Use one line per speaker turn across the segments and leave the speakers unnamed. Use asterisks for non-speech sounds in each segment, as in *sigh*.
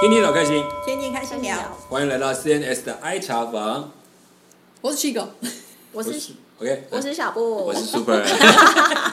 天天老开心，
天天开心聊，
欢迎来到 CNS 的 I 茶房。
我是 Chico，
我
我是 OK，
我是小布，
我是 Super，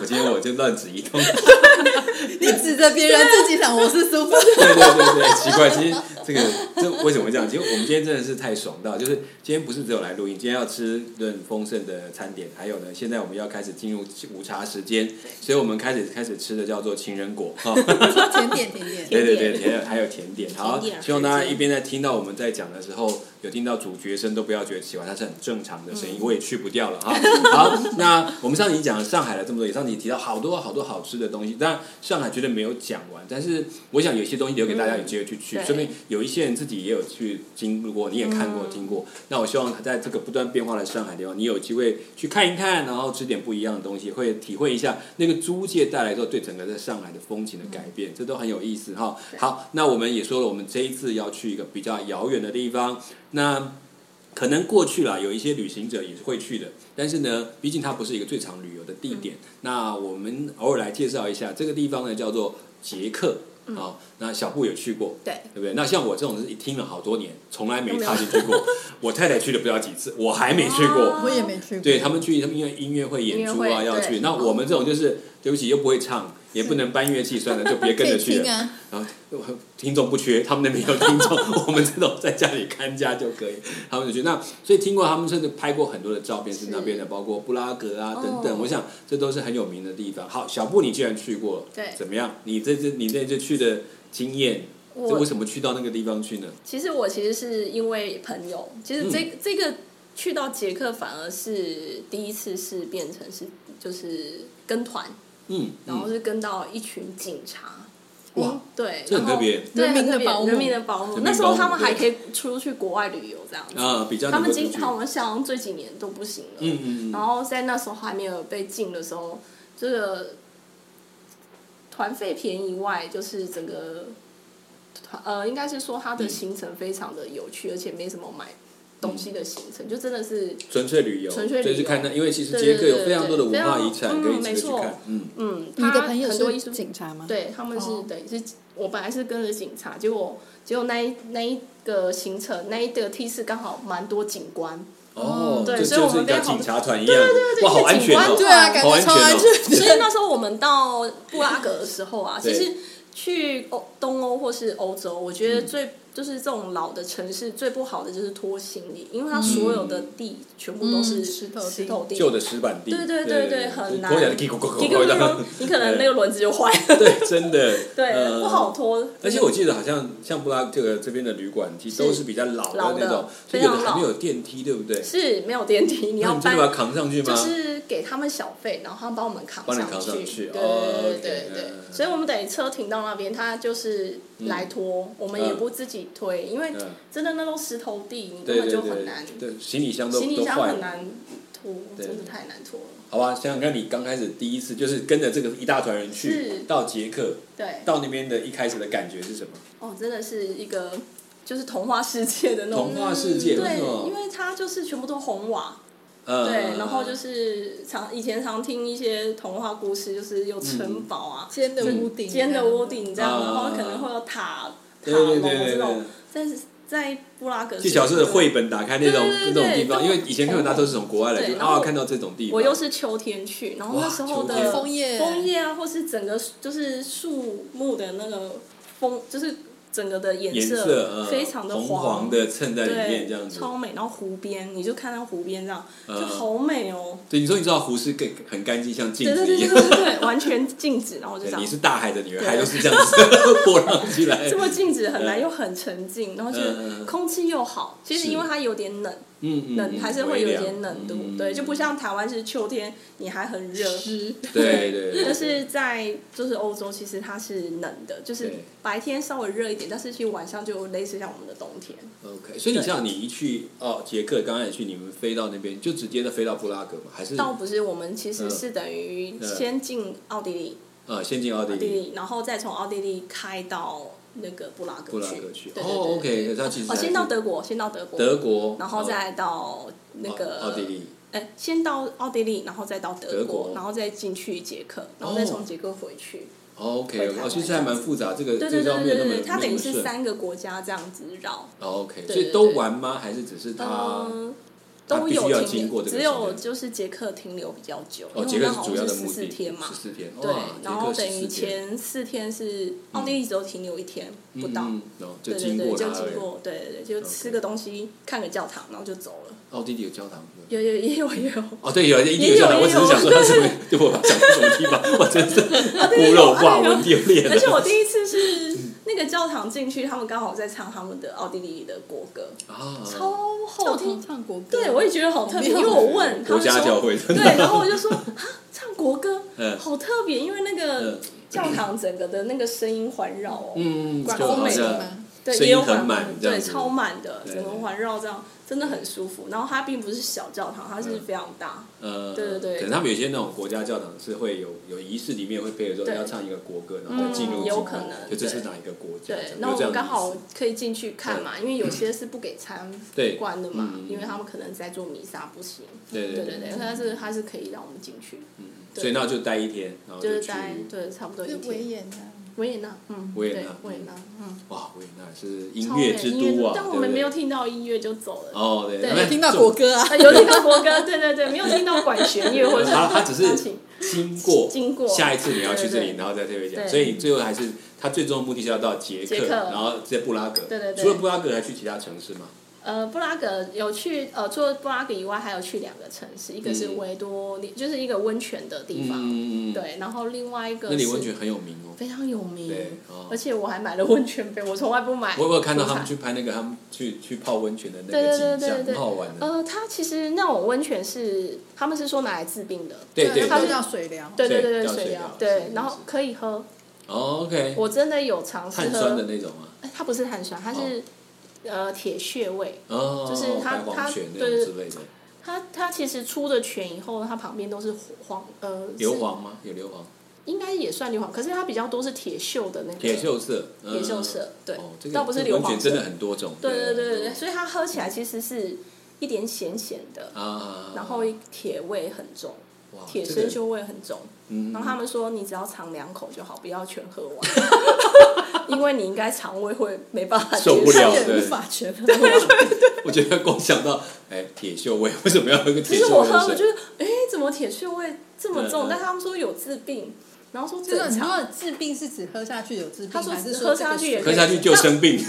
我 *laughs* 今天我就乱指一通。
你指着别人自己想我是 Super，
对对对对，奇怪，其实这个这为什么会这样？其实我们今天真的是太爽到，就是今天不是只有来录音，今天要吃顿丰盛的餐点，还有呢，现在我们要开始进入午茶时间，所以我们开始开始吃的叫做情人果哈。
甜点甜
*laughs*
点，
对对
甜点
对，甜点还有甜点，好，
甜点
希望大家一边在听到我们在讲的时候，有听到主角声都不要觉得奇怪，它是很正常的
嗯
声音，我也去不掉了
*laughs*
哈。好，那我们上集讲上海了这么多，也上集提到好多好多好吃的东西，但上海绝对没有讲完，但是我想有些东西留给大家有机会去去，
对
说明有一些人自己也有去经过，你也看过、听过。那我希望在这个不断变化的上海地方，你有机会去看一看，然后吃点不一样的东西，会体会一下那个租界带来之后对整个在上海的风情的改变，这都很有意思哈。好，那我们也说了，我们这一次要去一个比较遥远的地方，那。可能过去啦，有一些旅行者也是会去的，但是呢，毕竟它不是一个最常旅游的地点。
嗯
那我们偶尔来介绍一下这个地方呢，叫做捷克。哦，那小布有去过，
嗯对
对不对？那像我这种是听了好多年，从来没踏进去
*laughs*
过。我太太去了不知道几次，我还没去过。
哦
我也没去过。
对他们去，他们因为音乐会演出
音乐
啊
会
要去。
对
那我们这种就是，对不起，又不会唱，也不能搬乐器，算了，就别
可
跟着
以
去了
听。啊，
然后听众不缺，他们那边有听众，我们这种在家里看家就可以。他们就去那，所以听过他们甚至拍过很多的照片是那边的，包括布拉格啊等等。
哦
我想这都是很有名的地方。好，小布你既然去过了，
对
怎么样？你这次你这次去的经验，这为
我
什么去到那个地方去呢？
其实我其实是因为朋友，其实
嗯
这、这个去到捷克反而是第一次是变成是就是跟团，
嗯，
然后
嗯
是跟到一群警察，
哇，
对，
这很
然后
特别
对，
人民的
很特别
保姆
人民的保姆
人民保姆，
那时候他们
对
还可以出去国外旅游这样子，
啊，比较
他
能够
们
出
今
去，
好像像这几年都不行了，
嗯嗯
然
嗯，
后在那时候还没有被禁的时候，这个团费便宜以外，就是整个团呃，应该是说它的
嗯
行程非常的有趣，而且没什么买东西的行程，就真的是
纯粹旅游，
纯粹旅游
就是看那，因为其实
对
捷
对
克有
对
非常多的文
对
化
非常
遗产可以
嗯
值得
没
去
错
看，嗯，
嗯，
你的朋友
它很多艺术
是警察吗？，
对他们是、
哦
对是，我本来是跟着警察，结果结果那一那一个行程那一个梯次刚好蛮多警官，
哦，
对
这
所以
就
我
是
们
像
被好
警察团一样，哇，好
一些
安
警
全
官
哦，
对啊，感
好
觉
安全
超安
哦
全。
*laughs*
*laughs*
所以那时候我们到布拉格的时候啊，
对
其实去欧东欧或是欧洲，我
嗯
觉得最、就是这种老的城市最不好的就是拖行李，因为它所有的地全部都是
嗯石头地
石头地。
嗯旧的石板地，
对对
对
对对很难
拖起来就叽咕咕咕咕
一个地
的
*laughs* 方，你可能那个轮子就坏了，
对，真的，
*laughs* 对，
嗯
不好。拖。
而且我记得好像像布拉这个这边的旅馆，其实都是比较老的
老的
那种，所以
非
有的
常
还没
老
有电梯，对不对？
是没有电梯，你
那
要
你真的把
搬，
它扛上去吗？
就是给他们小费，然后他们帮我们扛
帮你扛上
上
去
去。对
哦
对对
OK，
对对
嗯，
所以我们等于车停到那边，他就是来拖，我们也不自己推，因为
嗯，
真的那种石头地，你根
对
本
对
就
对
很难，，
对，行李箱都
行李
都
箱
坏
很
了。
难拖，
对
真的太难拖了。
好吧，想想看，你刚开始第一次就是跟着这个一大团人去
是
到捷克，
对，
到那边的一开始的感觉是什么？
哦，真的是一个就是童话世界的那
童
种。
话世界，为什
嗯对，因
么？
为它就是全部都红瓦，
嗯
对，然后就是常以前常听一些童话故事，就是有城堡啊，
尖的屋顶，
尖的屋，顶这样，
啊
然后可能会有塔塔
对对
楼
对对
这
对
种，。但是在布拉格是
最小是的绘本打开那种那
对对对
种地方，
对
因为以前看本大家都是从国外来，
对
就
然后
啊看到这种地方，
我又是秋天去，然后
哇
那时候
秋天
的
枫叶，
枫，叶啊，或是整个就是树木的那个风，就是整个的颜
颜色呃
非常的
红
黄，
黄的衬在里面这样
对，
子。
超美。然后湖边，你就看到湖边这样，
嗯
就好美哦。
对，你说你知道湖是更很干净，像镜
对
子
对对
一
对
样。
对对， *laughs* 完全静止，然后我就这
对，
样
你。是大海的女儿，
对
海都是这样子波浪起来
*laughs* 这。么静止很难，
嗯
又很沉静，然后就
嗯嗯嗯
是空气又好。其实
是
因为它有点冷，
*laughs* 嗯嗯
冷
嗯，
还是会
微
有
凉
点冷度，
嗯
对，就不像台湾是秋天，你还很热。
湿，
对
*laughs*
对对，
就是在就是欧洲，其实它是冷的，就是
对
白天稍微热一点，但是其实晚上就类似像我们的冬天。
OK。所以你像你一去哦，捷克刚开始去，你们飞到那边就直接的飞到布拉格嘛，还是
倒不是我们其实
嗯
是等于
嗯
先进奥地利，
呃先进奥地
奥地
利
利，然后再从奥地利开到那个布拉格去。
布拉格去？
对对
哦
对
，OK，可是它其实
哦，
还是
先到德国，先到德国，
德国，
然后
哦
再到那个
奥奥地利。
哎、先到奥地利，然后再到德
德国哦
然后再进去捷克，然后再从捷克回去。
OK，
回台湾
哦，其实还蛮复杂，这个
对
这
对
招
对
没有
对
那么
对，它等于
那
是。
么顺
三个国家这样子绕，
哦 OK，
对
所以
对
都
对
玩吗？还是只是啊他？
嗯，
它
都
必须要
有
经
停
过
留，
这个
只有
行程
就是捷克停留比较久，
哦，
因为
杰克
我们
是
好
主要
像
的
是
目
十
的，
四天嘛
十，四天，
对
哇，
然
杰
后
克
等于
14天
前四天是奥地利只有停留一天不到，
嗯，嗯哦就
对
经
对
过
对，
它
就
而
经
已。
过，对对对，就吃个东西，看个教堂，然后就走了。
奥地利有教堂，对
有有也有也有，
哦，对，有一定
也
有教堂，我
有也
只是
有
想说他是不是对我讲是什么地方，我真是
*laughs* 对
孤陋
有
寡
有
闻，丢脸了。
而且我第一次是
嗯
那个教堂进去，他们刚好在唱他们的奥地利的国歌，
啊，
超
教
好
堂
听。
唱国歌，啊
对，我也觉得好特别，因
好
为
妙
我问他
国
们
家教
说，
会真
对，
的，
然后我就说啊，唱国歌
嗯，
好特别，因为那个
嗯
教堂整个的那个声音环绕哦，
嗯，
管
就
欧
好
美
像
的
吗
对，
声
也
音
有
很
缓
满这样
对，
子
超满的，
对
整个环绕这样，真的很舒服。然后它并不是小教堂，它是
嗯
非常大，
呃，
对对对
可能他们有些那种国家教堂是会有有仪式，里面会配合说
对
要唱一个国歌，然后再
嗯
进入
有
进
可
入
能
就这是
对
哪一个国家？这
对
样，
那
有
我
这样的
们刚好
仪式
可以进去看嘛，因为有些是不给参
对
观的嘛
嗯，
因为他们可能在做弥撒，不行。
对对
对
嗯
对对，但是它是可以让我们进去，对
所以那就待一天，然后
就是
哦去
待对差不多一
是维
天。
也纳。
维也纳，嗯，
维也
对
纳
维也纳，嗯，
哇，维也纳是音
超
乐
美
之
音乐
都啊，
但我
对
们
不
没
对
有听到音乐就走了。
哦，对，
对
那
没
听到国歌啊，
啊有听到国歌，对对对，没有听到管弦乐或者是
他他只是
钢琴
经过
经过
下一次你要去这
对
里，
对
然后再特别讲，
对
所以最后还是他最终的目的是要到捷
捷
克，
克
然后在布拉格，
对对对
除了布拉格还去其他城市吗？
呃，布拉格有去呃，除了布拉格以外，还有去两个城市，一个是维多利，就是一个温泉的地方，
嗯，
对，然后另外一个
那里温
是
泉很有名哦。
非常有名
对哦，
而且我还买了温泉杯，我从来不买。 *laughs*
我我有看到他们去拍那个他们去去泡温泉的那个
对对
景
对
象，
对对
很好玩的。
呃，它其实那种温泉是他们是说拿来治病的，
对对
它
它
是
是
叫水疗，
对对
对
对
叫水
水
疗
疗，
是
对
是，
然后
是
可以喝，
哦，OK，
我真的有尝试
碳酸的
喝，
那种啊，
哎它不是碳酸，它是呃铁屑味，
哦，
就是它
白黄
它
泉那
对
种
对
之类的，
它它其实出的拳以后，它旁边都是黄呃是
硫磺吗？有硫磺，
应该也算硫磺，可是它比较多是铁锈的那个
铁锈色，嗯
铁锈色，对，
哦，这个
倒不是
这个
硫
温泉
磺
真
色
的。很多种，
对对对对
对
对，所以它喝起来其实是一点咸咸的，
啊，
然后铁味很重，
哇
铁
这个
生锈味很重。
哦嗯
然后他们说你只要尝两口就好，不要全
*laughs*
喝完，因为你应该肠胃会没办法
受
接
不
受。
了
它也
对
无法全部。
*laughs* 我觉得光想到，哎，铁锈味，为什么要喝个
其
铁
实
锈
我
味
喝，
的
我觉
水？
得哎，怎么铁锈味这么
嗯嗯
重？但他们说有治病，然后说
就是
正
你
常。
说的治病是指喝下去有治病，
他说
还是
喝下去也
喝下去就生病， *laughs*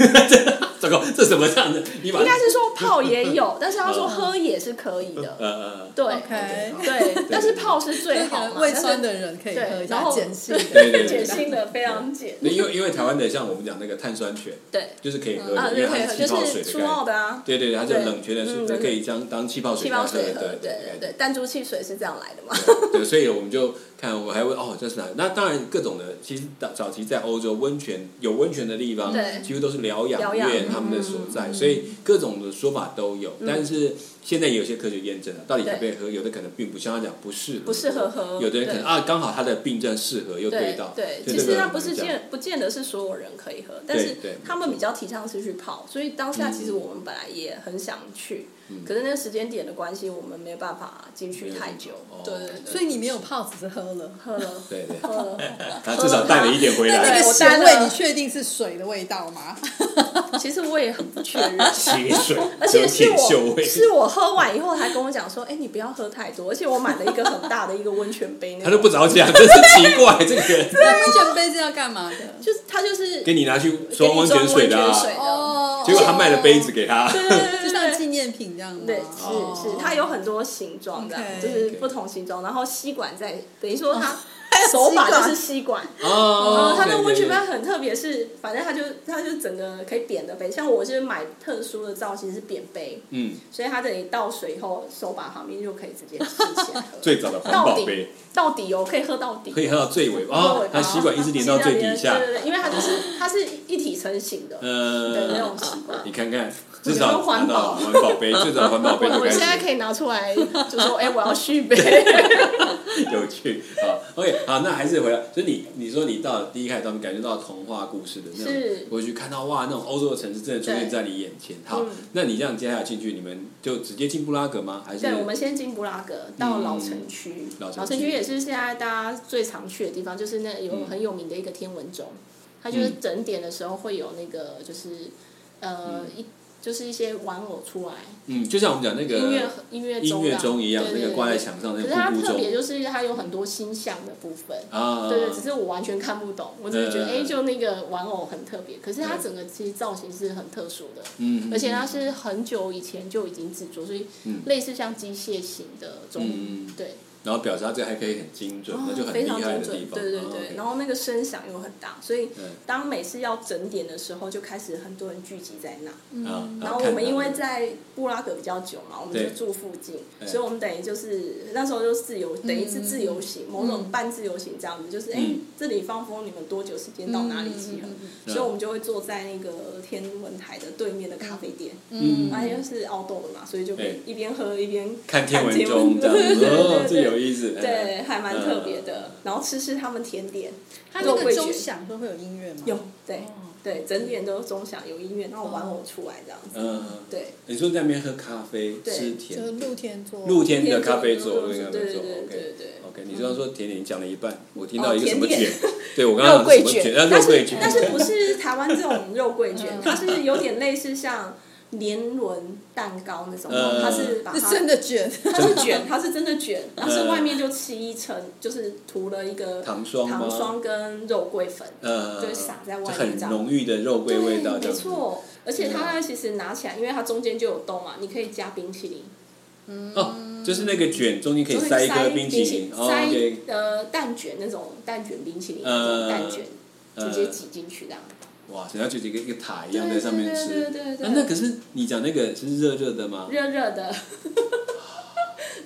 糟糕，这什么这样的？你把
应该是说泡也有，但是他说
嗯
喝也是可以的。
呃呃，
对
OK？
对，但是泡是最
那
好嘛
个。胃
但是
酸的人可以喝
对
一，
然
下
后
碱性的，
对对对
碱性的非常碱。
呃因为因为台湾的像我们讲那个碳酸泉，
对，
就是可以喝
啊，
的，因
对
为它是
对，
气泡
就
水
是
的
苏
概
澳
念。
的啊，
对对，它就
对
冷泉的水，
嗯
就
对
可以当当气泡水
气
来
泡
喝的，
水喝，
对
嗯对对
对
对，弹珠汽水是这样来的嘛？
对对，所以我们就看，我还问哦，这是哪？那当然各种的，其实早早期在欧洲温泉有温泉的地方，
对
几乎都是疗养
疗养嗯
院他们的所在，所以各种的说法都有。但是现在也有些科学验证了，啊到底可不可以喝？有的可能并不像他讲不适合，
不适合喝
有的人可能
对
啊，刚好他的病症适合，又
对
到。
对，
就
其
这个
实它不是
很难讲
见不见得是所有人可以喝，但是
对
他们比较提倡是去泡，所以当下其实我们本来也很想去，
嗯
可是那个时间点的关系，我们没办法进去太久
哦。
对对对，
所以你没有泡，只是喝了。
喝了
对哦对，
喝了。
他至少带了一点回
那
来
那。
对
个
我带
咸味，
了
你确定是水的味道
*laughs*
吗？
其实我也很不确
*laughs*
认，
铁水，
*laughs* 而且
只
是
有铁锈
我
味，
是我喝完以后还跟我讲说，哎、你不要喝太多，而且我买了一个很大的一个温泉杯，那
*laughs* 他
种
都不着讲，真是奇怪，这个人
那温泉杯是要干嘛的？
就是它就是
给你拿去
给你
装温泉水的啊
装温泉，水的
哦，
*laughs* 结果他卖了杯子给他。
对对对对
就
对
像
对
纪念品这样吗？
对，
哦
是是，它有很多形状的
OK
就是不同形状，然后吸管在，等于说它手把就是吸管，然
哦
后它的温泉杯很特别，是反正它就它就整个可以扁的杯，像我是买特殊的造型是扁杯，
嗯，，
所以它这里倒水以后，手把旁边就可以直接吸起来喝
*laughs* 最早的环
到
保
底
杯
到底哦，可以喝到底，
可以喝到最尾巴，
到
哦
尾，巴
它吸管一直连到最底下
对，对对，因为它就是它是一体成型的，对那
呃
种，习惯。
你看看，至
有没
少
有环
拿到
保
环保杯，最早的环保杯
我
就
我
开
现在
始。 *laughs*
可以拿出来，就说哎，我要续杯。
有趣。好，OK，好，那还是回来，所以你你说你到第一开始到，你感觉到童话故事的那
是
种，我去看到哇，那种欧洲的城市真的出现在你眼前。好，
嗯
那你这样接下来进去，你们就直接进布拉格吗？还是
对，我们先进布拉格，到老城区。
嗯老城区
城区也是现在大家最常去的地方，就是那有很有名的一个天文钟，它就是整点的时候会有那个就是呃一就是一些玩偶出来，
嗯，就像我们讲那
音乐
个
音乐
音乐
钟啊
钟一样，
对
那
对
个
对
挂在墙上那
可
个
是它
瀑布
特
钟
别就是它有很多星象的部分，
啊，
对对，只是我完全看不懂，我只是觉得
嗯
哎、
嗯嗯
就那个玩偶很特别，可是它
对
整个其实造型是很特殊的，
嗯，
而且它是很久以前就已经制作，所以
嗯
类似像机械型的钟，
嗯嗯
对，
然后表示它这个还可以很精准，那就很
哦非
厉
常
害
精
的地
准，
方。
对对
哦
对。
，OK
然后那个声响又很大，所以
嗯
当每次要整点的时候，就开始很多人聚集在那。
啊
嗯然后
看
我们
它
因为
的
在布拉格比较久嘛，我们
对
就住附近，
哎
所以我们等于就是那时候就自由，等于是自由行，某种半自由行这样子，就是哎、
嗯
这里放风，你们多久时间到哪里啊集合？
嗯嗯嗯
所以我们就会坐在那个天文台的对面的咖啡店，
嗯
而且、是凹豆的嘛，所以就可以
哎
一边喝一边
看天文
文
钟这样子，哦，这
*laughs* 对
有意思。哎
对，还蛮特别
嗯
的。然后吃吃他们甜点，
它那
肉
个
桂
钟
卷
响都会有音乐吗？
有对
哦
对，整点都是中响有音乐，然后玩偶出来这样子。
嗯，
对，
你说在那边喝咖啡、
对
吃
就
甜
是
点，
露天座。
露天的咖啡
露
座，
天
那
的
个咖啡座
对对对
，OK 哦
对对
OK。你刚刚说甜点，你讲了一半，我听
哦
到一个什么
甜
卷
点，
*laughs* 对我刚刚
肉桂
讲什么
卷
卷，啊肉桂卷，
但是不是台湾这种肉桂卷
嗯，
它是有点类似像年轮蛋糕那种，
嗯
它是把
是 *laughs*
它
真的卷，
它是卷，它是真的卷，它是外面就漆一层，就是涂了一个
嗯糖霜吗
糖霜跟肉桂粉，
呃，
就是撒在外
就
面
很
这样
浓郁的肉桂味道，这
对嗯
样
没
子。嗯
错。而且它其实拿起来，因为它中间就有洞嘛，你可以加冰淇淋。
哦，就是那个卷中间可以
就是
塞一
塞
颗冰淇淋，哦
塞
，OK，嗯
呃蛋卷那种蛋卷冰淇淋那种蛋卷，直接挤进去这样。
呃哇，等下就是一个一个塔嗯一
对
样在上面吃。
对对对
那
对
那
对，
可是你讲那个是热热的吗？
热热的， *laughs*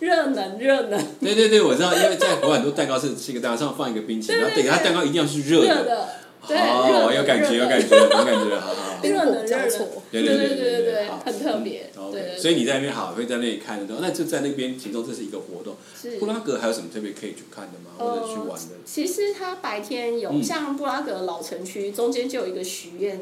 热能热能，
对对对，我知道，因为在国外很多蛋糕是吃一个蛋糕上放一个冰淇淋，然后等
对
一
对
下蛋糕一定要是热
热
的。 *laughs*
的，对，热
哦，
的
有感觉，有感，觉，有感觉，好好好。
热
冰
的
火交
热的
错。
对
对
对
对
对
对，
好
很特别，
嗯
对
OK，
对
所以你在那边好，会在那里看得到。那就在那边，其中这是一个活动。
是哦
布拉格还有什么特别可以去看的吗？或者去玩的？
其实它白天有，
嗯
像布拉格老城区中间就有一个许愿，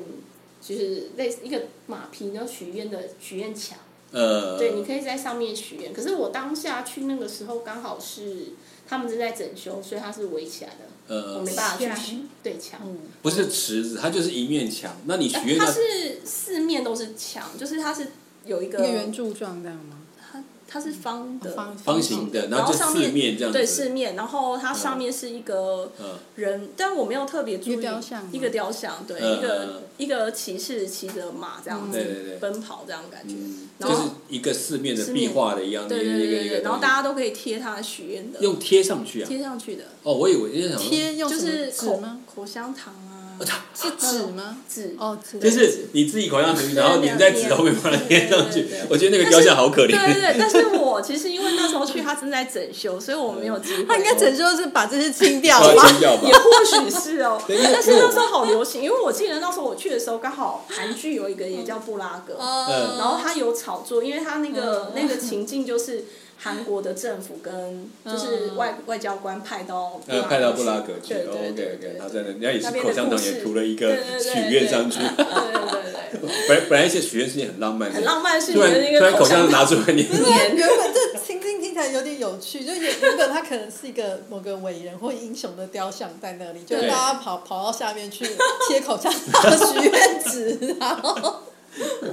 就是类似一个马匹，然后许愿的许愿墙，
呃，
对，你可以在上面许愿。可是我当下去那个时候刚好是他们正在整修，所以它是围起来的，我
呃
没，办法去
墙
许。对墙，
嗯，
不是池子，它就是一面墙。那你许
呃
愿
它
要
是四面都是墙，就是它是有一
一
个
个圆柱状这样吗？
它它是方的，
方
方形的，然后就
然哦后上
四
面
面这样子。
对四面，然后它上面是一个。
嗯
人，但我没有特别注意
一个雕像吗
一个雕像，对，
嗯
一
嗯嗯
个一个骑士骑着马这样子、
对对对
奔跑这样感觉，
嗯，就
然后
是一个四面的
四
壁
面
画的一样，一个
对对
一
对
个
对
一个
对，
东西。
然后大家都可以贴他的许愿的，
用贴上去啊？
贴上去的，
哦，我以为因为想说哦
贴用
就
什么
是
纸
口
吗？
口香糖啊，
是纸吗？
纸
哦，纸。
就是你自己口香糖，然后粘在纸头面把它贴上去
对对对。
我觉得那个雕像好可
对对
怜。
对，但是我其实因为那时候去他正在整修，所以我没有机
嗯
会。
他应该整修是把这些清掉
把它
吧？
清
*laughs*
掉吧
也。或许是哦，
对因为
但是
因为我
那时候好流行，因为我记得那时候我去的时候，刚好韩剧有一个也叫布拉格，
哦
嗯
然后他有炒作，因为他那
嗯
个、那个情境就是韩国的政府跟就是外、外交官派到布拉
呃，
格
派到布拉格去
去对对对
，OK
对对
OK，他在那，人家也是
那边
口
的
香
故
糖也
事
涂了一个
对对
许
对
愿
对
上去。
对对对对，
本来本来一些许愿事情很浪漫的，
很浪漫是你
突然
的那
突
个
然口香糖
糖
拿出来，你
对， *laughs* 原本这情境听起来有点有趣，就原 *laughs* 原本他可能是一个某个伟人或英雄的雕像在那里，就
对
大家跑跑到下面去贴口香糖、许愿纸，然后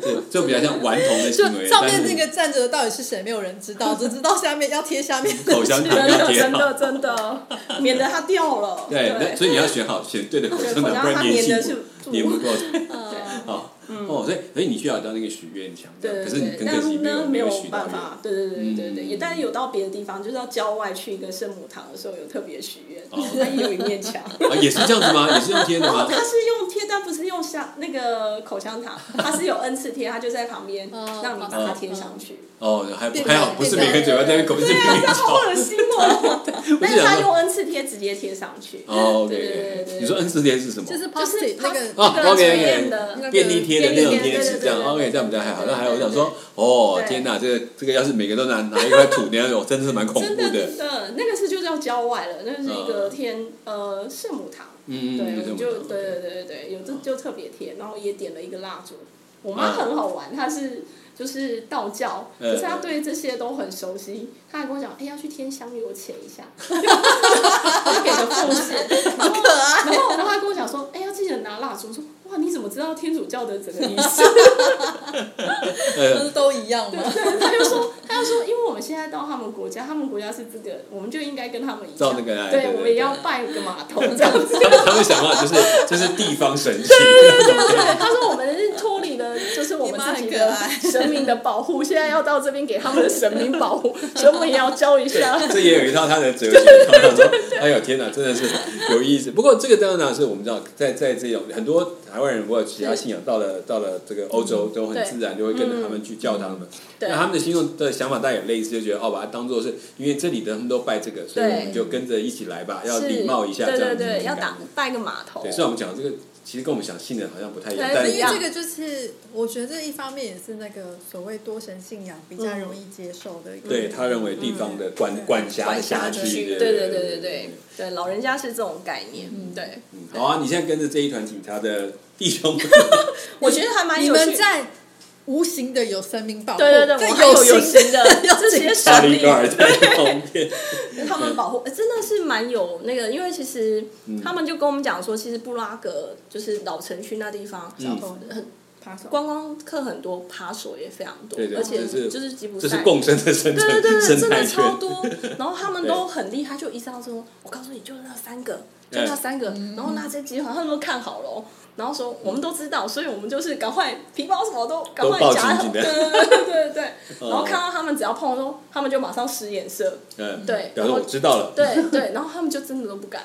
对，就比较像顽童的 *laughs*
就
行为。
上面
但是
那个站着的到底是谁，没有人知
*laughs*
道，只知道下面要贴下面的
口香糖
真
要
的
贴
真
好
的，真的，免得它掉了。
对，那所以你要选好选对的口
对
香
口
糖，
香
不然
糖
粘
粘得
性
住
粘不够。
对
好，哦，所以所以你需要有到那个许愿墙，
对
可是
对
你
对，
很可惜没
那
有
没
有许到
办
愿。
法，对对对对对，
嗯
也但是有到别的地方，就是到郊外去一个圣母堂的时候，有特别许愿，
哦
它也有一面墙。
啊，也是这样子吗？也是用贴的
*laughs*
吗？
它是用贴，但不是用香那个口香糖，它是有 N 次贴，它就在旁边
嗯
让你把它贴上去。
哦，还不
变
还好，
成
不是
变
每个
成
嘴巴在那边口是
对啊，这好恶心
*laughs*
哦！
我
但
嗯就是
它
想说，
用 N 次贴直接贴上去，
哦
对对对
，OK，
对
你说恩赐贴是什么？
就是
就是
post 那个
哦
那个
，OK，OK
纸面的
那个
便利贴的那种
便利
贴
贴
纸，
对对
这样哦
对
OK，
对
这样比较还好。那还有我想
对
说，哦，
对
天哪，这个这个要是每个都拿拿一块土，那样我真的是蛮恐怖
真的
的。
真的，那个是就叫到郊外了，那是一
嗯
个天、呃圣母堂，
嗯嗯
对，
嗯，
我
这
们
么
就
讲
对对对对对，有这就特别贴，然后也点了一个蜡烛。我妈很好玩，她是就是道教，
嗯
可是她对这些都很熟悉，她还跟我讲，哎，要去天香给我钱一 *laughs* 下，我就给个奉献， *laughs* 好可爱。然后然后她跟我讲说，哎，要记得拿蜡烛。我说，哇，你怎么知道天主教的整个仪式？ *laughs*
不是都一样吗？
他就说，他就说，因为我们现在到他们国家，他们国家是这个，我们就应该跟他们一
照
样，
那个哎对
对，
对
我们也
对
要拜一个码头这样子。
他们他们想法就是就是地方神奇，
对，他说我们是脱离了，就是我
你
们自己
妈
的
很可爱
神明的保护，现在要到这边给他们的神明保护，所以我们也要教一下。
*laughs* 这也有一套他的哲学。哎呦天哪，真的是有意思。不过这个当然是我们知道，在在这种很多台湾人或者其他信仰到了到了这个欧洲，都很
对
自然就会跟着他们去教堂们。
嗯对
那他们的心中的想法大概也类似，就觉得哦，把它当做是因为这里的他们都拜这个，所以我们就跟着一起来吧，要
是
礼貌一下
对
这
对
样子的
对，要
感觉。
打拜个码头
对，。虽然我们讲这个，其实跟我们想信的好像不太一样，
对
但
不
因
一
为
样
这个就是，我觉得一方面也是那个所谓多神信仰比较容易接受的一个。
对他认为地方的管
嗯
管辖的辖
管辖
区，
对对对对对对，老人家是这种概念，对，
嗯好啊，你现在跟着这一团警察的弟兄们，
我觉得还蛮
你
有趣
们。在无形的有生命保护，
对对对，我还有 *laughs* 有
形
形的这些
巴
神
黎
明
盖，尔在旁边，
他们保护呃真的是蛮有那个，因为其实他们就跟我们讲说，其实布拉格就是老城区那地方，很
扒手
观光客很多，扒手也非常多，
对对
而且
这是
就是吉普
这
赛，
是共生的生
对对
存
对对，真
生
的
态
超
圈。 *laughs*
多。然后他们都很厉害，就一上说，我告诉你，就那三个，
哎
就那三个，然后那这集好像都看好了哦。然后说我们都知道，所以我们就是赶快皮包什么都赶快
都抱
夹
紧紧
好，
的
对对对对对。
*laughs* 哦
然后看到他们只要碰到，他们就马上使眼色，
嗯，
对
表示我知道了。
对对，然后他们就真的都不敢。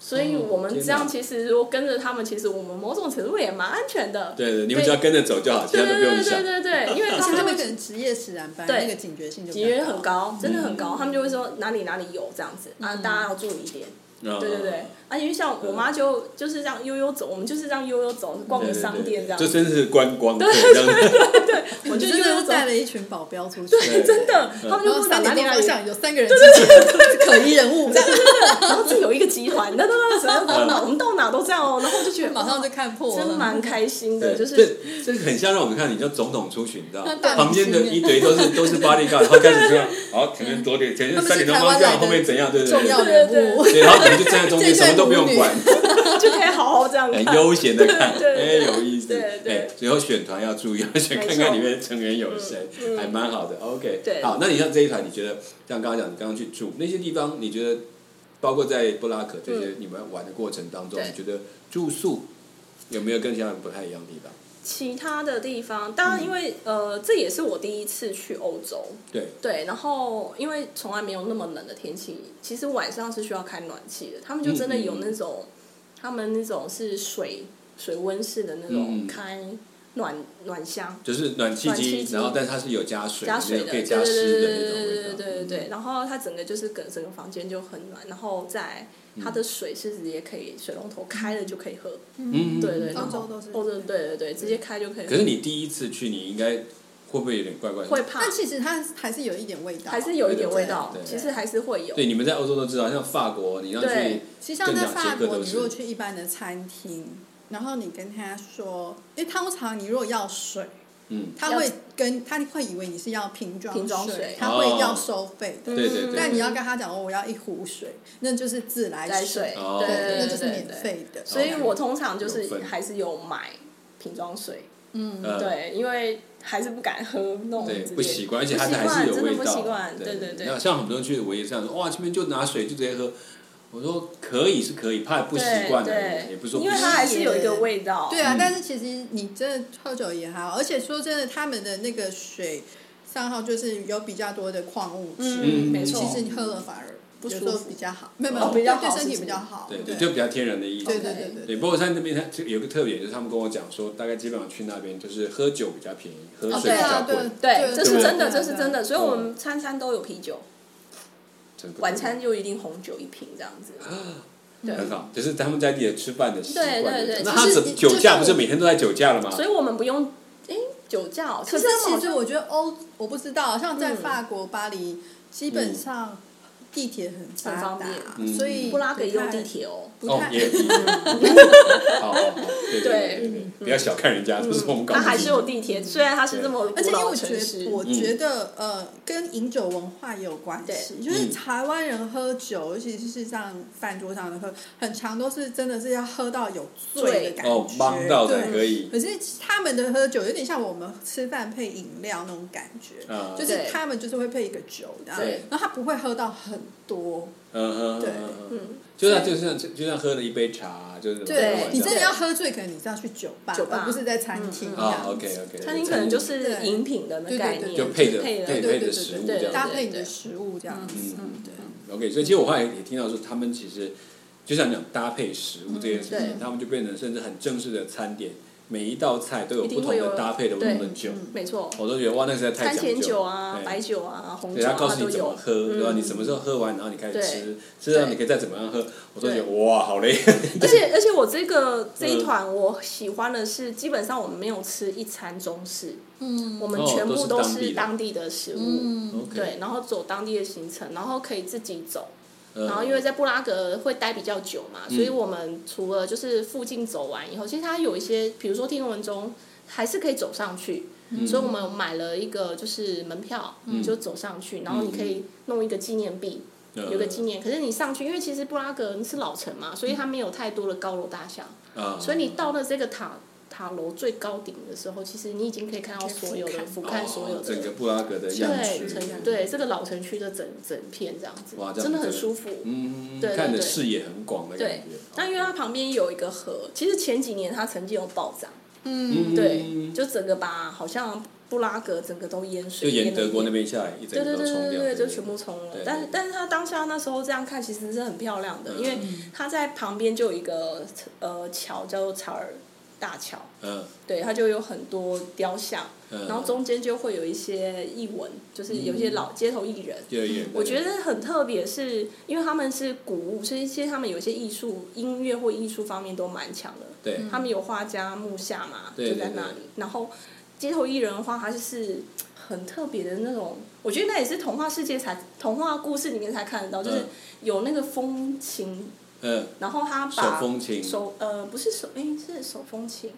所以我们
哦天
这样
哪
其实如果跟着他们，其实我们某种程度也蛮安全的。
对对，你们只要跟着走就好，其他
对
都不
对
用
对对
想。
对对， *laughs* 因为他
他
们就
们
会
可能职业使然班，
对
那个警觉性就比
警
较
觉很
高。
高，真的很高，他们就会说哪里哪里有这样子啊，大家要注意一点。
对
对对对，啊，因为像我妈就就是这样悠悠走，我们就是这样悠悠走，逛个商店这样
这，真是观光客这样子。
我
你
就
真
悠悠
的
走，
带了一群保镖出去，
对
真的，他
然
们就
后
跟我
三
讲哪
点
里
钟
哪
方
里，
向有三个人进去，可疑人物，这样
然后这有一个集团，那那那什么到哪，我们到哪都这样哦，然后我就觉得
马上就看破
真
了。
蛮开心的，
对，
就是
这这很像让我们看，你叫总统出巡，你知道吗
那大，明
旁边的
星
一堆都是都是 bodyguard，然后开始这样，好，前面左点，前面
他们是
三点钟
台湾
方向，
来的
后面怎样，对对
重要
对。
人物，
对，然后你们就站在中间，
这
什
对
么都不用
母女
管，
就可以好好这 *laughs* 样
很
看。
悠闲的看，
对
哎，
对
有意思。
对对
哎，最后选团要注意，要选看
没错
看里面的成员有谁
嗯，嗯
还蛮好的。OK，
对
好，那你像这一团，你觉得像刚刚讲，你刚刚去住那些地方，你觉得包括在布拉克这些你们玩的过程当中，
嗯对
你觉得住宿有没有跟其他人不太一样的地方？
其他的地方，当然因为呃，这也是我第一次去欧洲，
对，
对，然后因为从来没有那么冷的天气，其实晚上是需要开暖气的。他们就真的
嗯
有那种，他们那种是水水温室的那
嗯
种开暖、暖箱
就是暖气
暖气
机，
机
然后但是它是有加水，
加水
那
的，
种可以
对对
加
对
湿
对
的
对
那种味
对
道嗯
对。对对。然后它整个就是整整个房间就很暖，然后再
嗯
它的水是直接可以水龙头开了就可以喝，
嗯，嗯
对对，
嗯
欧
然
洲
后
都是
欧洲对对对，直接开就可以喝。
可是你第一次去，你应该会不会有点怪怪的？
会怕
但，其实它还是有一点味道，啊
还是有一点味道
对，对
其实还是会有。
对，你们在欧洲都知道，像法国，你要去
对，
其实像在
更
法
了解各
国，
都
你
是
如果去一般的餐厅，然后你跟他说，因为通常你如果要水，
嗯，
他会跟他会以为你是要瓶装
瓶装
水
水，嗯
他会
哦
要收费的。
对对对。
但你要跟他讲，哦我要一壶水，那就是自来
来水，
哦
对
对，
对
那
对
就是
对
免
对
费的。
所以我通常就
有
是
分
还是有买瓶装水，
嗯，
呃
对，因为还是不敢喝那种
对，
直接
不习惯，而且它
不习
还
惯
是有味
真的不
道
习。惯，对
对
对
那
对，
像很多人去我也这样说，哇，这边就拿水就直接喝。我说可以是可以，怕不习惯的，
对
也不是说不
因为
行
它还是有一个味道，
对啊
嗯，
但是其实你真的喝酒也还好，而且说真的，他们的那个水上号就是有比较多的矿物质，
嗯
嗯，没错
其，实你喝了反而
不
有
舒
时
服
候比较好，没有没
哦
有，
比较好
对身
是
体
不
比
是
较好。
对对，
对
就比较天然的意思。
对对对对
对，不过在那边它就有个特点，就是他们跟我讲说，大概基本上去那边就是喝酒比较便宜，喝
哦
水
对
比较
啊，
贵，
对，这是真的，
对
这是
对
真。的，所以我们餐餐都有啤酒，
真的
晚餐就一定红酒一瓶这样子，
啊
对，
很好，就是他们在地的吃饭的习惯。
对对对
那
其
他
实
怎么
就
酒
是
驾不是
我
每天都在酒驾了吗？
所以我们不用哎酒驾哦，
可是
他们好
其实
像
我觉得欧，我不知道，像在
嗯
法国巴黎，基本上地铁很发
很方
达
便，
嗯
所以
布拉格也有地
不太
铁哦。
不
哦
太，
*laughs*
也有 *laughs* 地铁，好好好，对对对对，不要小看人家，这是我们搞
它
不
嗯还
定
是有地铁，虽然它是这么
而且
古
因为
老
我
的
觉
城
得，
市，
嗯
我觉得呃，跟饮酒文化也有关系。就是
嗯
台湾人喝酒，尤其是像饭桌上的喝，很常都是真的是要喝到有醉的感
哦，帮到
觉。
的
对。
可以，
可是他们的喝酒有点像我们吃饭配饮料那种感觉，
啊
就是
对
他们就是会配一个酒，然后
对
然后他不会喝到很多。
嗯哼，
对
嗯哼
嗯，
就像就像就像喝了一杯茶，啊就是
对
你真的
对
要喝醉，可能你是要去酒吧，
酒吧嗯
而不是在餐厅这
啊
样
，OK
子。
OK，
餐厅可能就是
对
饮品的那
对对
概
对
念，
就配
着
着
配
对
了
配
对
着
对
食
对
物
对
这
对，
样
搭
子，
配你的食物这样子。
嗯嗯
嗯，对。
OK，所以其实我后来也听到说，他们其实就像讲搭配食物这件事情，
嗯对
他们就变成甚至很正式的餐点，每一道菜都有
一
不
定
同
会
的
有
搭配的不
对
同的酒，
没错，
我都觉得哇，那实在太
餐
讲
前酒
究。
啊
对、
白酒啊、红
对
酒
他
啊，
告诉
都
你怎
有
么。喝，对吧？
嗯
你什么时候喝完，然后你开始
对
吃，吃到
对
你可以再怎么样喝。我都觉
对
得哇，好嘞，
而且而且我这个这
嗯
一团我喜欢的是，基本上我们没有吃一餐中式，
嗯
我们
哦
全
都
部
是
都
当地
是
的
当地的食物，
嗯
OK，
对，然后走当地的行程，然后可以自己走。
嗯，
然后因为在布拉格会待比较久嘛，
嗯
所以我们除了就是附近走完以后，其实它有一些，比如说听闻中还是可以走上去，
嗯
所以我们买了一个就是门票，
嗯
就走上去，然后你可以弄一个纪念币，
嗯
有个纪念。可是你上去，因为其实布拉格是老城嘛，所以它没有太多的高楼大厦，
啊
所以你到了这个塔塔楼最高顶的时候，其实你已经可以看到所有的俯瞰所有
哦
的
整个布拉格的样
对
区，
城对这个老城区的整整片这样子
哇，这样
真的很
真的
舒服。
嗯，
对对
看的
对
视野很广的感
对
觉。
那因为它旁边有一个河，其实前几年它曾经有暴涨，
嗯
嗯
对，就整个把好像布拉格整个都淹
就
水，
沿
淹了
德国
一
那
遍。
边下来，一整
对
个
对
都
对
冲
对
掉，
对，就
不
全部冲了
对。
但
对
但是它当下那时候这样看，其实是很漂亮的，
嗯
因为它在旁边就有一个呃桥叫做查尔大桥，
嗯
对，它就有很多雕像，
嗯，
然后中间就会有一些艺文，就是有一些老街头艺人，
越来越，
我觉得很特别，是因为他们是古物，所以其实他们有些艺术、音乐或艺术方面都蛮强的。
对
他们有画家木下嘛，
对
就在
对
那
对
里。然后街头艺人的话，他就是很特别的那种，我觉得那也是童话世界才、童话故事里面才看得到，就是
嗯
有那个风情，
嗯，
然后他
手
把
风琴，
手呃不是手哎、是手风琴，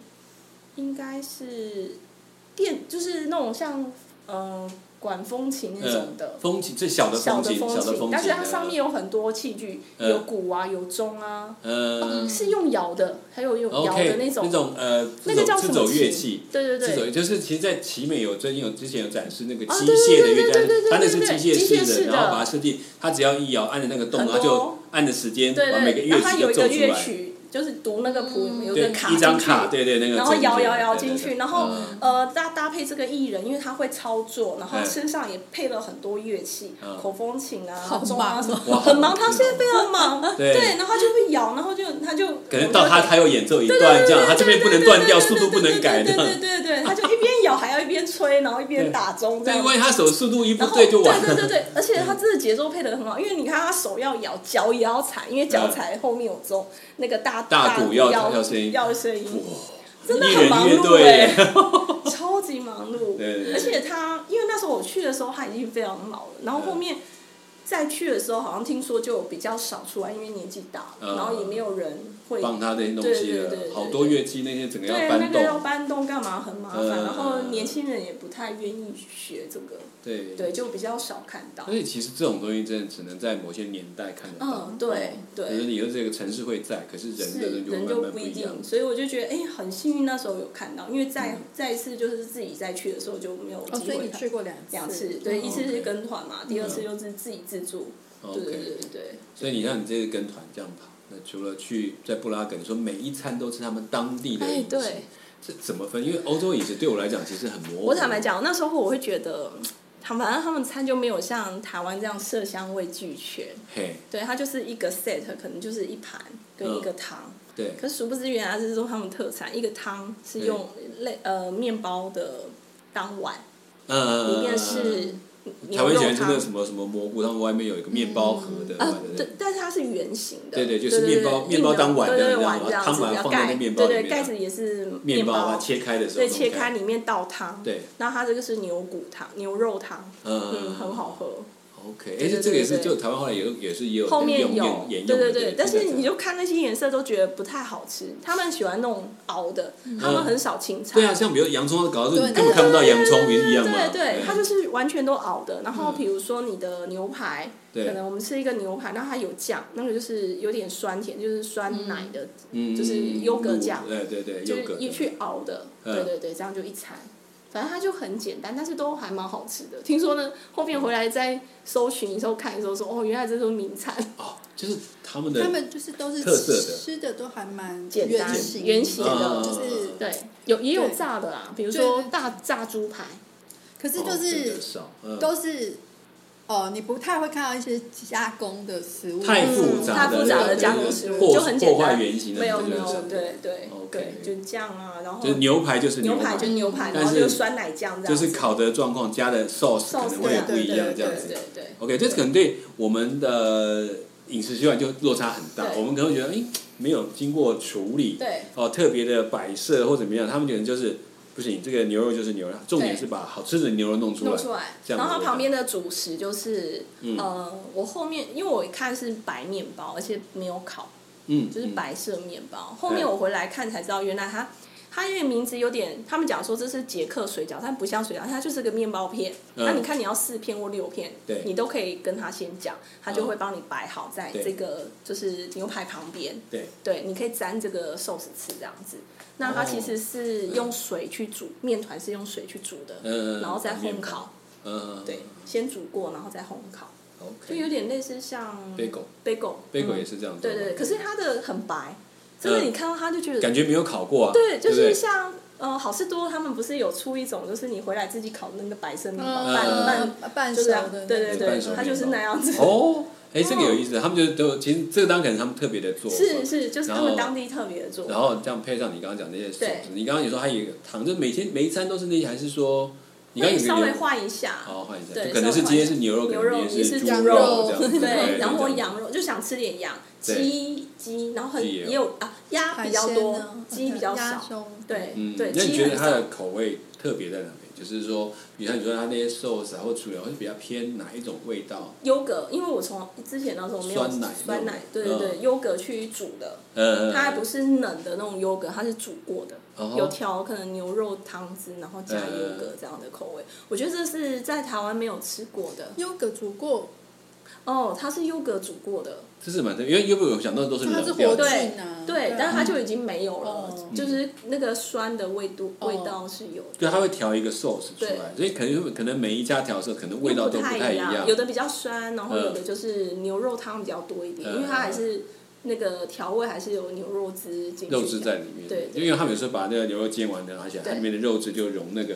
应该是电就是那种像呃管风琴那种的。
嗯，风琴最小的
小
风
的
琴，小的风
琴
琴，，
但是它上面有很多器具，
嗯
有鼓啊，有钟啊，
嗯
是用摇的，还有用摇
哦，OK，
的
那
种，
种呃，
那个叫
自
什
走
么
乐器
琴？。对对
自走
对，
就是，其实，在奇美有最近有之前有展示那个
啊
机
对
械的
对对
乐
对对
器，
对
它那是
对对
机械
机械
式
式
的，
的
然后把它设计，它只要一摇，按着那个洞，
很
它就
多
按着时间把每
对
个
对，
乐
然后它
器
有
都
一
奏
个
出
乐
来，
曲，就是读那个谱，有
对，
个卡
一张
进
卡，
去，
对对，那个
然后
奏
摇
出来
摇摇
对对
进
对
去，然后
嗯
呃搭搭配这个艺人，因为他会操作，然后
嗯
身上也配了很多乐器
嗯，
口风琴
好
啊、钟啊
忙
什么
哇，
很忙，他现在非常忙，
对
对，然后他就会摇，然后就他就
可能到他
我就
他又演奏一
对
段
对
这样，
对
他这边不能
对
断掉，
对
速
对
度不能改这
对
样。
对对对对，他就一边摇还要一边吹，然后一边打钟这
对，
样
因。为他手速度一不
然后
对就完
对对
了。
对对，而且他真的节奏配的很好，因为你看他手要摇，脚也要踩，因为脚踩后面有钟，那个大
大鼓
鼓
要
要
要声音
要声音，真的
一
很忙
人乐
碌哎、
队，
超级忙碌。
对对对
而且他，因为那时候我去的时候他已经非常老了，然后后面再去的时候好像听说就比较少出来，因为年纪大了，
嗯
然后也没有人会
帮他那些东西
对对对
了，
对
好多乐器那些整个要
对，那
搬
个要
动，
搬动干嘛很麻烦，
嗯
然后年轻人也不太愿意学这个，
对。
对，就比较少看到
所。以其实这种东西真的只能在某些年代看得到。
嗯，对
可是
对，
你说这个城市会在，可是人的
是
就
人
慢
就
慢
不
一样嗯
定，。所以我就觉得哎、很幸运那时候有看到，因为再、再一次就是自己再去的时候就没有
哦，
机
所以
会
你
看。
去过两哦
两次，对，
嗯
一次
OK
是跟团嘛，第二次
嗯
就是自己自助，对对
OK，
对对。
所以你看你这次跟团这样跑，那除了去在布拉格，你说每一餐都吃他们当地的
哎
饮食，
哎对，
这怎么分？因为欧洲饮食对我来讲其实很模糊。
我坦白讲，那时候我会觉得，嗯他反正他们餐就没有像台湾这样色香味俱全，
嘿，
对，它就是一个 set，可能就是一盘
嗯
跟一个汤。
对，
可是殊不知，原来是说他们特产，一个汤是
嗯
用类呃面包的当碗，
嗯，
里面是
台
牛
湾喜
肉
欢吃那
汤
个。什么什么蘑菇，他们外面有一个面包盒的，
啊，
对
对，但是它是圆形的，
对对
对，
就是面包
对
面包当碗
对
这样
对
子
对碗这样
汤
子，
碗
然后
放在
盖
那面包
对
里
对，
面啊
盖子也是
面包啊，
包，
切开的时候
对，
弄
切开，里面倒汤，
对，
那它这个是牛骨汤、牛肉汤，
嗯
嗯，很好喝，
OK，哎，
对对
这个也
对
是，
对
就台湾后来也有也是也有
后面
用
有
用，沿用
对
的
对
这
对
个，
但是你
这个
就看那些颜色都觉得不太好吃，他们喜欢那种熬的，他们很少清炒。
嗯对啊，像比如洋葱搞到
对
你根本看不到洋葱一样嘛，嗯
对对，它就是完全都熬的。然后比如说你的牛排，
对
可能我们吃一个牛排，然后它有酱，那个就是有点酸甜，就是酸奶的，
嗯
就是优格酱
对对对，
就
优格
是一去熬的。
嗯
对对对，这样就一餐。反正它就很简单，但是都还蛮好吃的。听说呢，后面回来再搜寻的时候看的时候说，哦，原来这都是名产，
哦，就是他们的
他们就是都是
特色的
吃的都还蛮
简单
圆形
圆形
的
就是
嗯
对，有也有
对
炸的啦，比如
对
说
对
大炸猪排，
可是
哦
就
真
是
的少，嗯
都是哦，你不太会看到一些加工的食物，
太复
嗯
杂
太复杂
的
的加工食物
破
就很简单
破坏原型的
没有
这
没
个
有，对对
OK
对，就酱啊，然后
就是牛排就是
牛
排
排就牛排，
但
然后就是是酸奶酱这
就
样子，
是烤的状况加的 sauce 可
sauce
能会
对
不一样
对对
这样
对
子
对。对，
OK，这可能对我们的饮食习惯就落差很大，
对
我们可能会觉得，哎，没有经过处理，
对
哦，特别的摆设或怎么样，他们可能就是不行，这个牛肉就是牛肉，重点是把好吃的牛肉弄出
弄
来。
出来。
这样子
然后
味
它
道
旁边的主食就是
嗯
呃，我后面因为我一看是白面包，而且没有烤，
嗯，
就是
嗯
白色面包。后面我回来看才知道，原来它。它那个名字有点，他们讲说这是捷克水饺，但不像水饺，它就是个面包片。
嗯
那、你看你要四片或六片
对，
你都可以跟他先讲，他就
嗯
会帮你摆好在
对
这个就是牛排旁边。
对，
对，你可以沾这个寿司吃这样子。那它其
哦
实是用水去煮，面团是用水去煮的，
嗯嗯
然后再
面团
烘烤。
嗯，
对，先煮过，然后再烘烤，就有
，OK，
点类似像
Bagel
bagel
贝果
嗯
也是这样子，
对对对，可是它的很白，真的
嗯
你看到它就觉得，
感觉没有烤过啊，
对，就
不对
是像呃好事多他们不是有出一种，就是你回来自己烤那个白色面包，
嗯
拌
嗯
拌
半
就
熟
是这样
的，
对对
半熟
对，它就是
面包
那样子，
哦，哎，这个有意思，他们就是都有其实这个当然可能他们特别的做法，
是是，就是他
然后
们当地特别的做
哦然
法，
后这样配上你刚刚讲那些寿
对
司，你刚刚也说它有一个糖，就每天每一餐都是那些，还是说你刚
会
刚有一
稍
个
微
牛，
换一下，
哦换一下，
对
就可能是今天是牛肉，
稍微换
可
一下
能今天是猪
牛肉
这样子，
对，然后
这样
羊肉就想吃点羊，
对
鸡鸡，然后很
鸡也有
也有啊，鸭
海
比
鲜
较
呢
多
嗯，
鸡比较
鸭
少，
胸
对
嗯，
对，
那你
鸡
觉得
很
它
少
的。口味特别在哪边？就是说，比如像你说它那些寿司啊或主料，会比较偏哪一种味道？
优格，因为我从之前那时候没有
酸奶嗯
酸奶，对对对，优格去煮的，
呃，
它还不是冷的那种优格，它是煮过的，
哦
有调可能牛肉汤汁，然后加
嗯
优格这样的口味，我觉得这是在台湾没有吃过的。
优格煮过，
哦，它是优格煮过的，
这是蛮特别，因为又不有想到都是
它
冷
是活
掉的，
菌啊，
对，但是它就已经没有了
哦，
就是那个酸的味度
哦
味道是有的。
对，它会调一个寿司出来，所以可能可能每一家调的时候，可能味道都
不
太
一
一样
有。的比较酸，然后
嗯
有的就是牛肉汤比较多一点，
嗯
因为它还是那个调味还是有牛肉汁进去的，
肉汁在里面，
对对
因为他们有时候把那个牛肉煎完的，而且它
对
里面的肉汁就融那个，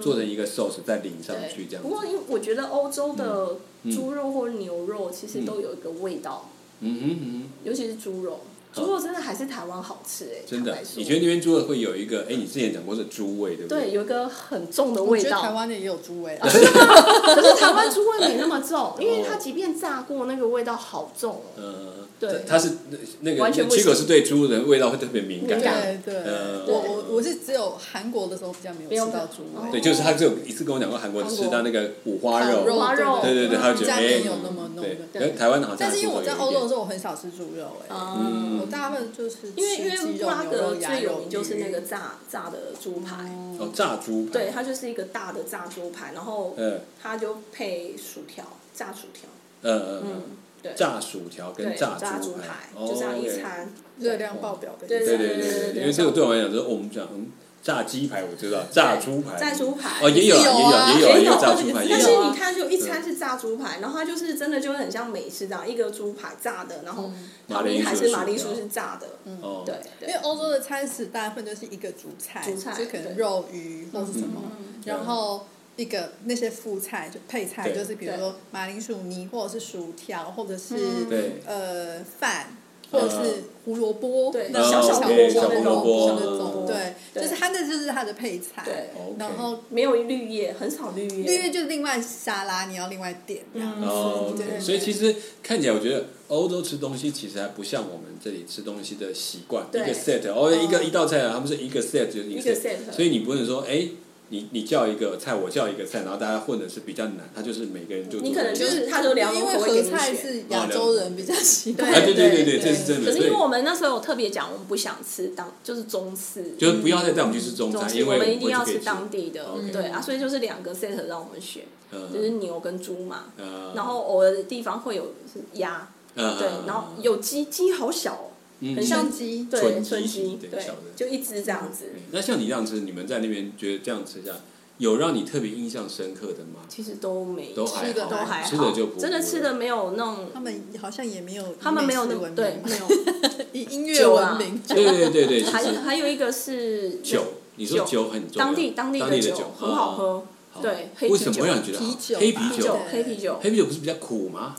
做成一个 sauce 再淋上去这样
嗯对。不
子。
过，因为我觉得欧洲的
嗯
猪肉或牛肉其实都有一个味道，
嗯哼嗯
尤其是猪肉，猪肉真的还是台湾好吃哎、
哼，啊真
坦
的
白，说
你觉得那边猪肉会有一个？哎，你之前讲过是猪味，对不
对，？有一个很重的
我
味
觉得台
道，
湾的也有猪味啊，
可是台湾猪味没那么
*laughs*
重，因为它即便炸过，那个味道好重哦、
呃，
对
它它是那个
完全不行
七狗是对猪的味道会特别敏
敏感
感，
对对
呃，
我我我是只有韩国的时候比较没有吃到猪
没有
对，
味，
就是他只有一次跟我讲过韩国吃到那个五花
烤
肉，
花肉
对对对，他就觉得
家
哎
里没有那么，弄
对，可
的。
是台湾好像
但是因为我在欧洲的
洲，
时候，我很少吃猪肉哎，
哦
嗯
我大部分就是
因为因
吃
为
鸡
布
肉、
拉
牛
格
肉、鸭
最有
肉、
名就是那个
鱼
炸炸的猪排，
哦，炸猪排，
对，它就是一个大的炸猪排，然后
嗯
它就配薯条，炸薯条，
嗯嗯嗯，
对，
炸薯条跟
对
炸
炸
猪
猪排，
哦
就这样一
OK
餐，
热量爆表的，
对
对对对对，因为这个对我来讲，就是我们讲嗯炸鸡排，我知道炸猪排，
炸猪排
哦，也有
也有
啊
啊
也有啊也有啊也
也有
有炸猪排，也
但是
有啊。
你看，就一餐是炸猪排，然后它就是真的就很像美式这样，一个猪排炸的，然后旁边还是嗯马铃薯是嗯炸的，
哦，
对
因为
对
欧洲的餐食大部分就是一个主菜，
主菜
就可能
对嗯
肉、鱼或是什么，
对
然后一个那些副菜就配菜，
对
就是比如说马铃薯泥或者是薯条，或者
嗯
是、
对
呃饭，或者是胡萝卜，
对
那种
小
小
小
萝
小
卜那
胡萝
种
卜
小那种，对，
对
就是它那就是它的配菜，
对，
OK
然后
没有绿叶，很少绿叶，
绿叶就是另外沙拉，你要另外点这
嗯
样。
哦
对
，OK，
对
所以其实看起来，我觉得欧洲吃东西其实还不像我们这里吃东西的习惯，一
对哦
个 set 哦，一个一道菜啊，他们是一个 set 就是
一个 set
所以你不能说哎，你你叫一个菜，我叫一个菜，然后大家混的是比较难，他就是每个人就
你可能
做
就
一个
是他就两种
因为
口味
合
给你
菜
选
是亚洲人比较习惯。
啊，
对
对对对
对
这是真的。
可是因
所
为
以
我们那时候有特别讲，我们不想吃当就是中式，
就是不要再带我们去吃中
中
餐，
式
因
嗯我
为
们一
就
定要
可以
吃当地的，
OK
对啊，所以就是两个 set 让我们选，
嗯
就是牛跟猪嘛，
呃，
然后偶尔的地方会有是鸭，
呃
对，然后有鸡，鸡好小哦，
嗯
很像
鸡
对，
纯
春
鸡
鸡，
对
对
小的，
就一只这样子
嗯，那像你这样吃，你们在那边觉得这样吃下，有让你特别印象深刻的吗？
其实都没
都还
吃的
好，
都还好，
吃的就不
真的吃的没有那种，
他们好像也没有，
他们没有那
文明，
对，没有。
*laughs* 以音乐
酒啊
文明，
对对对对，
*laughs* 还
就
有
是
还有一个是
酒，你说
酒
酒很重要，
当地当地
的哦
的很好，喝，
好
对，黑
为
啤
什么
酒
会让你觉得好
啤酒
黑
吧
啤
啤酒
嗯酒，
对
黑啤酒，
黑啤酒不是比较苦吗？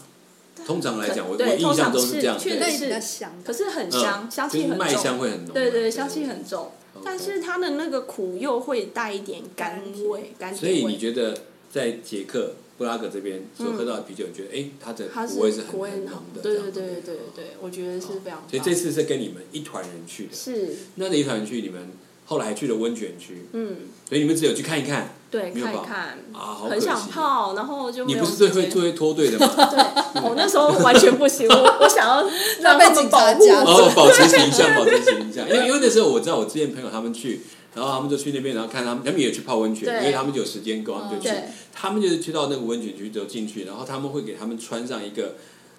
通常来讲，我我
对
印象
通常
中是这
是
样，
确实
对
那也比较啊香。
可是很香，
嗯
香
就
气
是
很
麦香
重，
会很浓嘛，
对对，香气很重，
OK
但是它的那个苦又会带一点甘味，甘
所以
甜
你
味。嗯
觉得在捷克布拉格这边所喝到的啤酒，你觉得哎，它的
它
苦味是
苦
很
味
很
很
浓
好，
的，
对
这样
对对对对
哦
对，我觉得是非常棒。
所以这次是跟你们一团人去的，
是
那这一团人去你们后来还去了温泉区，
嗯，
所以你们只有去看一看
对，
没有
看一
吧
看，
啊，好可
很
惜。
想泡，然后就没
你
有
不是最
时
会
间
最会脱队
*laughs*
的吗？
对，我那时候完全不行，我
*laughs*
我想要让他们保
那被警察夹
护我。
哦，保持形象，保持形象。因为因为那时候我知道我之前朋友他们去，然后他们就去那边，然后看他们，他们也去泡温泉，
对
因为他们有时间够，他们就去
对。
他们就是去到那个温泉区之后进去，然后他们会给他们穿上一个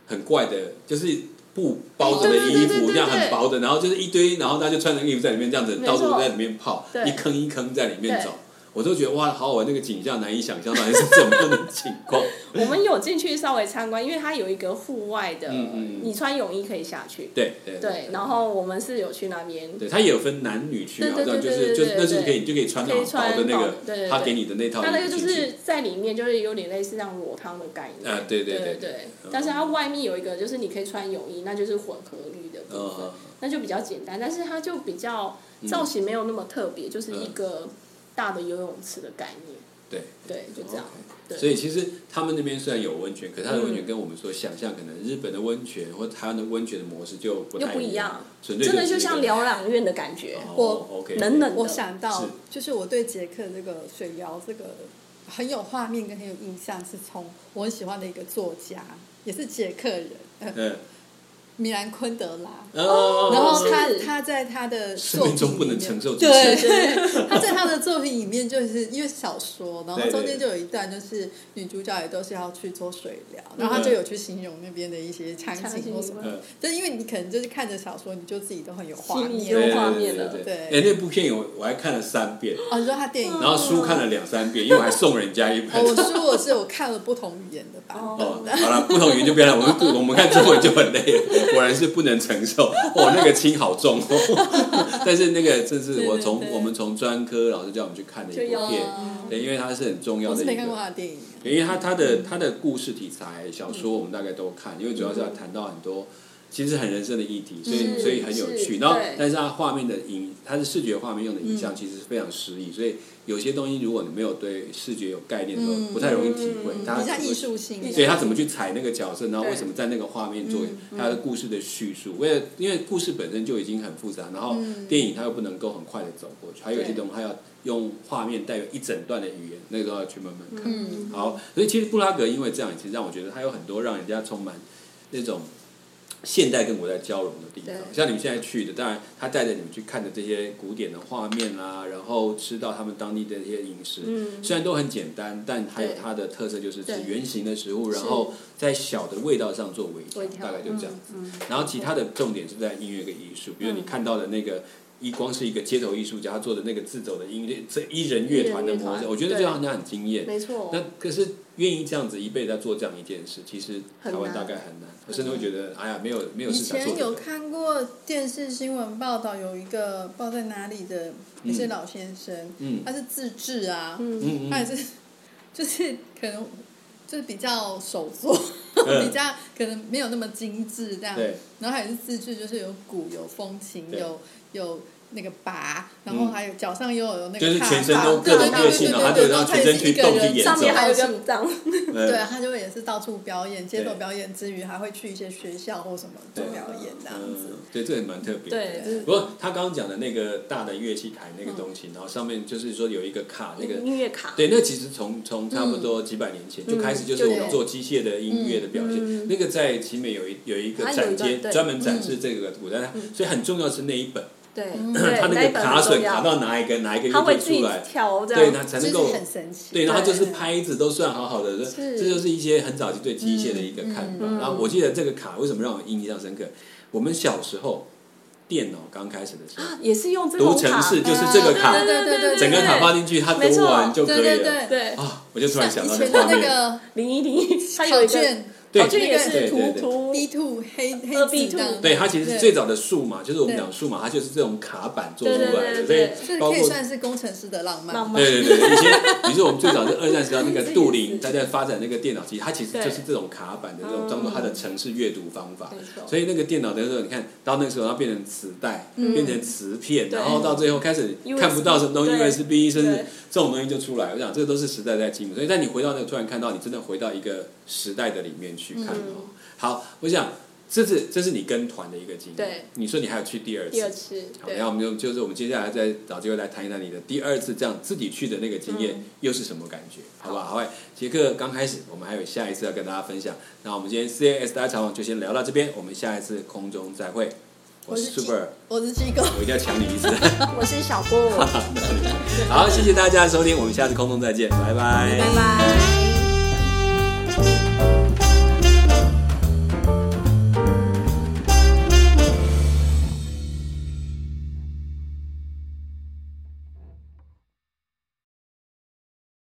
很怪的，就是布包着的
对对
衣
对
服，
对
这样
对
很薄的，然后就是一堆，然后他就穿着衣服在里面这样子
没
到
错
处在里面泡，
对
一坑一坑在里面
对
走。我都觉得哇，好好玩，那个景象难以想象到底是怎么样的情
*laughs*
况。
我们有进去稍微参观，因为它有一个户外的，
嗯嗯嗯
你穿泳衣可以下去。
对对
对，然后我们是有去那边，
对，它也有分男女区啊，
对对
这样就
对
是
对
就
对
是
对
那是
对
可以你就可以穿那种
可以穿
薄的那
薄
个
的对对对
他给你的那套衣服
它那个就
进去
是在里面，就是有点类似像裸汤的概念。
啊，对
对
对嗯
对，但是它外面有一个，就是你可以穿泳衣，那就是混合绿的部分，
嗯，
那就比较简单，但是它就比较造型没有那么特别，就是
嗯
一个大的游泳池的概念。
对
对，就这样。
OK
对
所以其实他们那边虽然有温泉，可是他的温泉跟我们所想象可能日本的温泉或台湾的温泉的模式就不
又
太
不一样，
纯粹
真的
是
就
一
像
个
疗养院的感觉，
哦
我
OK
冷冷的。
我想到
是，
就是我对捷克这个水疗这个很有画面跟很有印象，是从我很喜欢的一个作家，也是捷克人，呃，
嗯，
米兰昆德拉。
哦
然后
是
他
是
他在他的
生
作
命
品
中不能
里面
承受之
对，
事
对他在他的作品里面就是因为小说，然后
对对
中间就有一段就是女主角也都是要去做水疗，然后他就有去形容那边的一些场
嗯场
景或什么，
景
嗯
就是因为你可能就是看着小说，你就自己都很有画
心里
面
就
对
有画
对
面
对
了
对
对
哎，那部片有我还看了三遍，
哦，你说他电影，
然后书看了两三遍，因为我还送人家一本
*laughs*
哦，。我说我是我看了不同语言的版本。
嗯哦，好了，不同语言就不要了。我们我们看中文就很累了， *laughs* 果然是不能承受。哦，那个轻好重哦。 *laughs* 但是那个这是我从
对对对
我们从专科老师叫我们去看的一
就
部
要
片，
嗯
对，因为它是很重要
我
的
是
一
没看过
个。
他的电影，
因为它它的它的故事题材小说我们大概都看，因为主要是要谈到很多其实很人生的议题，所以
嗯
是
所以很有趣。
是
然后
对
但是它画面的影，它的视觉画面用的影
嗯
像其实是非常诗意，所以有些东西如果你没有对视觉有概念的时候，
嗯
不太容易体会。
嗯
它
比较艺术性的。
所以他怎么去踩那个角色，然后
对嗯
为什么在那个画面做他的故事的叙述？为了因为故事本身就已经很复杂，然后
嗯
电影它又不能够很快的走过去，还有一些
对
东西它要用画面代表一整段的语言，那个都要去慢慢看。
嗯，
好，所以其实布拉格因为这样，其实让我觉得它有很多让人家充满那种现代跟古代交融的地方。
对
像你们现在去的，当然他带着你们去看的这些古典的画面啦、然后吃到他们当地的一些饮食，
嗯
虽然都很简单，但还有
对
它的特色就是
对
指圆形的食物，然
是
后在小的味道上做微调
微，调
大概就这样子。
嗯
然后其他的重点是在音乐跟艺术，比如你看到的那个。一光是一个街头艺术家他做的那个自走的音乐，这一人乐团的
一人乐
模式，
团
我觉得
对
这让人家很惊艳。
没错
那，可是愿意这样子一辈子在做这样一件事，其实台
很
湾
难嗯
大概很难，我甚至会觉得，哎呀，没有没有
以
市场做
前
这
有
个。
看过电视新闻报道，有一个报在哪里的一些老先生，
嗯
他是自制啊，
嗯，
嗯
他也
嗯，
是 *laughs* 就是可能就是比较手
*laughs*
作，
嗯
比较可能没有那么精致这样，
对，
然后他也是自制，就是有鼓、有风琴、
对嗯
有有那个拔，然后还有脚上又有那个
就是
踏
全身
板
都各
对
种
对
乐
器
对
然
对
后他
对
就让
对
全
也
身
是
去
一个
动去
人
演
上面还有一
到
个
处
五脏，
对
对，
他就也是到处表演，接受
嗯对
表演之余，还会去一些学校或什么做
对
表演这样子。
嗯，对，这也蛮特别的。
*laughs* 对，就是
不过他刚刚讲的那个大的乐器台那个东西，然后上面就是说有一个卡，那个
音乐卡，
对，那其实从
嗯
从差不多几百年前就开始，就是
就
我们
有
做机械的音乐的表现。
嗯
那个在奇美有一有一个
它有
展
一段
间
对
专门展示这个古代，所以很重要是那一本， *clears throat*
对
嗯
对，
它那
一
个
本
卡
很重
榫卡
要，
到哪一个哪一个
他
乐
会
器
自己
出来，
调这
对，
样，
那才
就
能
是
够
很神奇，
对，然后
对
就是拍子都算好好的，这
是
这就是一些很早期对机械的一个看法。
嗯嗯
然后我记得这个卡为什么让我印象深刻？我们小时候电脑刚开始的时候，
也是用这
读
种
程
卡，
式就是这个卡，
对对对对，
整个卡放进去，它
没
读
错
完就可以了。
对对
对，
啊，我就突然想
像
到
以
那个画
前的那
面，
个
零一零，它有
考
一哦个
卷
对
考卷也
那
个
是
对
图
对
图
B two 黑黑
呃
纸
B2
这样
对，它其实是
对
最早的数码，就是我们
对
讲数码，它就是这种卡板做出
对对
来的，
对
所以
对
这
包
可以
括
算是工程师的浪漫。
浪漫，
对对对，以前比如说我们最早是二战时代那个
*laughs* 这也是
杜林，他在发展那个电脑机，它其实就是这种卡板的这种
嗯
当做它的城市阅读方法
没。错
所以那个电脑的时候，你看到那个时候它变成磁带，
嗯
变成磁片，
对
然后到最后开始
USB
看不到什么东西
对
，USB 甚至
对
这种东西就出来。我想这个都是时代在进步，所以但你回到那个突然看到，你真的回到一个时代的里面去看
嗯
哦。好，我想这是这是你跟团的一个经历
对。
你说你还有去第二次
第二，次，
好，
对
然后我们就就是我们接下来再找机会来谈一谈你的第二次这样自己去的那个经验又是什么感觉，好嗯不好？好，杰克刚开始，我们还有下一次要跟大家分享。那我们今天 CAS 大家采访就先聊到这边，我们下一次空中再会。我是
我是
Super，
我是机构。
我一定要抢你一次。 *laughs*
*laughs* 我是小郭，
好，谢谢大家的收听，我们下次空中再见，拜拜
拜拜。